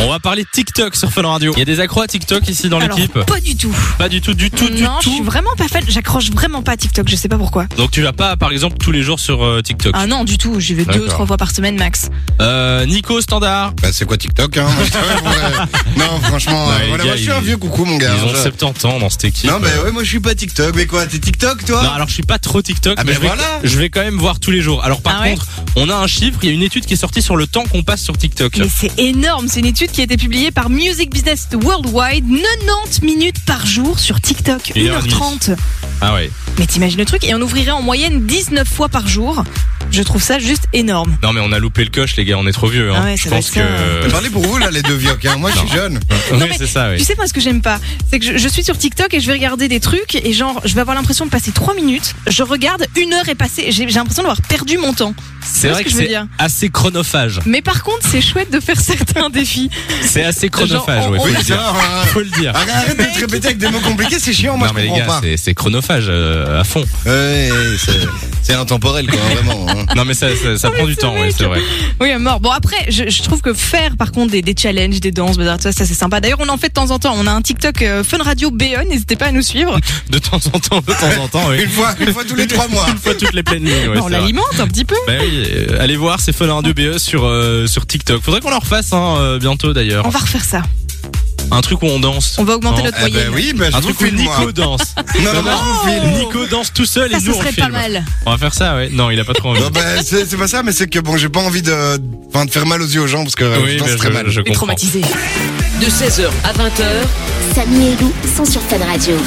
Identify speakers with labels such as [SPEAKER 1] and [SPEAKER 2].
[SPEAKER 1] On va parler de TikTok sur Fun Radio. Il y a des accros à TikTok ici dans
[SPEAKER 2] Alors,
[SPEAKER 1] l'équipe
[SPEAKER 2] pas du tout.
[SPEAKER 1] Pas du tout, du tout, du
[SPEAKER 2] non, je suis
[SPEAKER 1] tout.
[SPEAKER 2] vraiment pas fan. J'accroche vraiment pas à TikTok, je sais pas pourquoi.
[SPEAKER 1] Donc tu vas pas, par exemple, tous les jours sur euh, TikTok.
[SPEAKER 2] Ah non, du tout. J'y vais deux,
[SPEAKER 1] D'accord.
[SPEAKER 2] trois fois par semaine max.
[SPEAKER 1] Euh, Nico Standard.
[SPEAKER 3] Bah, c'est quoi TikTok, hein Non, franchement,
[SPEAKER 1] Ouais,
[SPEAKER 3] euh,
[SPEAKER 1] les
[SPEAKER 3] voilà,
[SPEAKER 1] gars,
[SPEAKER 3] moi, je suis un
[SPEAKER 1] ils-
[SPEAKER 3] vieux coucou, mon gars.
[SPEAKER 1] Ils ont
[SPEAKER 3] Je-
[SPEAKER 1] 70 ans dans cette équipe.
[SPEAKER 3] Non, mais
[SPEAKER 1] Euh,
[SPEAKER 3] ouais, moi, je suis pas TikTok. Mais quoi, t'es TikTok, toi
[SPEAKER 1] non, alors je suis pas trop TikTok,
[SPEAKER 3] Ah
[SPEAKER 1] mais
[SPEAKER 3] ben
[SPEAKER 1] je vais,
[SPEAKER 3] voilà.
[SPEAKER 1] je vais quand même voir tous les jours. Alors par
[SPEAKER 2] Ah ouais
[SPEAKER 1] contre, on a un chiffre, il y a une étude qui est sortie sur le temps qu'on passe sur TikTok.
[SPEAKER 2] Mais c'est énorme. C'est une étude qui a été publiée par Music Business Worldwide. 90 minutes par jour sur TikTok.
[SPEAKER 1] Une heure et demie.
[SPEAKER 2] 1h30.
[SPEAKER 1] Ah ouais.
[SPEAKER 2] Mais t'imagines le truc Et on ouvrirait en moyenne 19 fois par jour. Je trouve ça juste énorme.
[SPEAKER 1] Non mais on a loupé le coche les gars, on est trop vieux. Hein.
[SPEAKER 2] Ah ouais,
[SPEAKER 1] je
[SPEAKER 2] ça doit
[SPEAKER 1] pense
[SPEAKER 2] être
[SPEAKER 1] que.
[SPEAKER 2] ça, ouais.
[SPEAKER 3] Parlez pour vous, là, les deux vieux, hein. Moi, je suis jeune.
[SPEAKER 1] Oui,
[SPEAKER 2] Non, mais
[SPEAKER 1] c'est ça.
[SPEAKER 2] Tu
[SPEAKER 1] Oui.
[SPEAKER 2] sais moi ce que j'aime pas, c'est que je, je suis sur TikTok et je vais regarder des trucs et genre je vais avoir l'impression de passer trois minutes, je regarde une heure est passée, j'ai j'ai l'impression d'avoir perdu mon temps.
[SPEAKER 1] C'est
[SPEAKER 2] vois
[SPEAKER 1] vrai
[SPEAKER 2] ce
[SPEAKER 1] que
[SPEAKER 2] que je veux
[SPEAKER 1] c'est
[SPEAKER 2] dire
[SPEAKER 1] assez chronophage.
[SPEAKER 2] Mais par contre c'est chouette de faire certains défis.
[SPEAKER 1] C'est assez
[SPEAKER 2] Genre,
[SPEAKER 1] chronophage.
[SPEAKER 2] on-
[SPEAKER 1] ouais,
[SPEAKER 2] on-
[SPEAKER 1] faut
[SPEAKER 3] Oui,
[SPEAKER 1] le
[SPEAKER 3] ça
[SPEAKER 1] dire.
[SPEAKER 3] va, hein.
[SPEAKER 1] Faut le dire.
[SPEAKER 3] Arrête, arrête de te répéter avec des mots compliqués, c'est chiant, moi,
[SPEAKER 1] non
[SPEAKER 3] je
[SPEAKER 1] mais les
[SPEAKER 3] comprends
[SPEAKER 1] gars,
[SPEAKER 3] pas.
[SPEAKER 1] c'est- c'est chronophage euh, à fond.
[SPEAKER 3] Ouais, c'est- c'est intemporel, quoi, vraiment. hein.
[SPEAKER 1] Non mais ça, ça, ça
[SPEAKER 2] mais
[SPEAKER 1] prend du
[SPEAKER 2] ce
[SPEAKER 1] temps, ouais,
[SPEAKER 2] mec.
[SPEAKER 1] c'est vrai.
[SPEAKER 2] Oui à mort. Bon après je, je trouve que faire par contre des, des challenges, des danses, bah, ça, ça c'est sympa. D'ailleurs on en fait de temps en temps, on a un TikTok euh, Fun Radio BE, n'hésitez pas à nous suivre.
[SPEAKER 1] De temps en temps, de temps en temps, oui.
[SPEAKER 3] Une fois, une fois tous les trois mois.
[SPEAKER 1] Une fois toutes les pleines lignes. ouais,
[SPEAKER 2] Bah, on
[SPEAKER 1] c'est vrai.
[SPEAKER 2] l'alimente un petit peu.
[SPEAKER 1] Ben oui, euh, allez voir, c'est Fun Radio BE sur, euh, sur TikTok. Faudrait qu'on le refasse hein, euh, bientôt d'ailleurs.
[SPEAKER 2] On va refaire ça.
[SPEAKER 1] Un truc où on danse.
[SPEAKER 2] Oh. On va augmenter
[SPEAKER 1] Non.
[SPEAKER 2] notre
[SPEAKER 3] Eh
[SPEAKER 2] moyenne.
[SPEAKER 3] ben oui, bah, je
[SPEAKER 1] Un
[SPEAKER 3] vous
[SPEAKER 1] truc où
[SPEAKER 3] filme,
[SPEAKER 1] Nico
[SPEAKER 3] moi.
[SPEAKER 1] danse.
[SPEAKER 3] Non, non, non, je vous filme.
[SPEAKER 1] Nico danse tout seul et
[SPEAKER 2] Ça, ce
[SPEAKER 1] nous on
[SPEAKER 2] serait
[SPEAKER 1] le
[SPEAKER 2] pas
[SPEAKER 1] filme.
[SPEAKER 2] mal.
[SPEAKER 1] On va faire ça, ouais. Non, il a pas trop envie.
[SPEAKER 3] Non, bah, c'est c'est pas ça, mais c'est que bon, j'ai pas envie de, enfin, de faire mal aux yeux aux gens parce que euh, je
[SPEAKER 1] oui,
[SPEAKER 3] danse
[SPEAKER 1] ben,
[SPEAKER 3] très
[SPEAKER 1] je,
[SPEAKER 3] mal.
[SPEAKER 1] je
[SPEAKER 2] Je suis
[SPEAKER 1] comprends.
[SPEAKER 2] traumatisé.
[SPEAKER 4] De 16h à 20h,
[SPEAKER 5] Samy et Lou sont sur Fan Radio.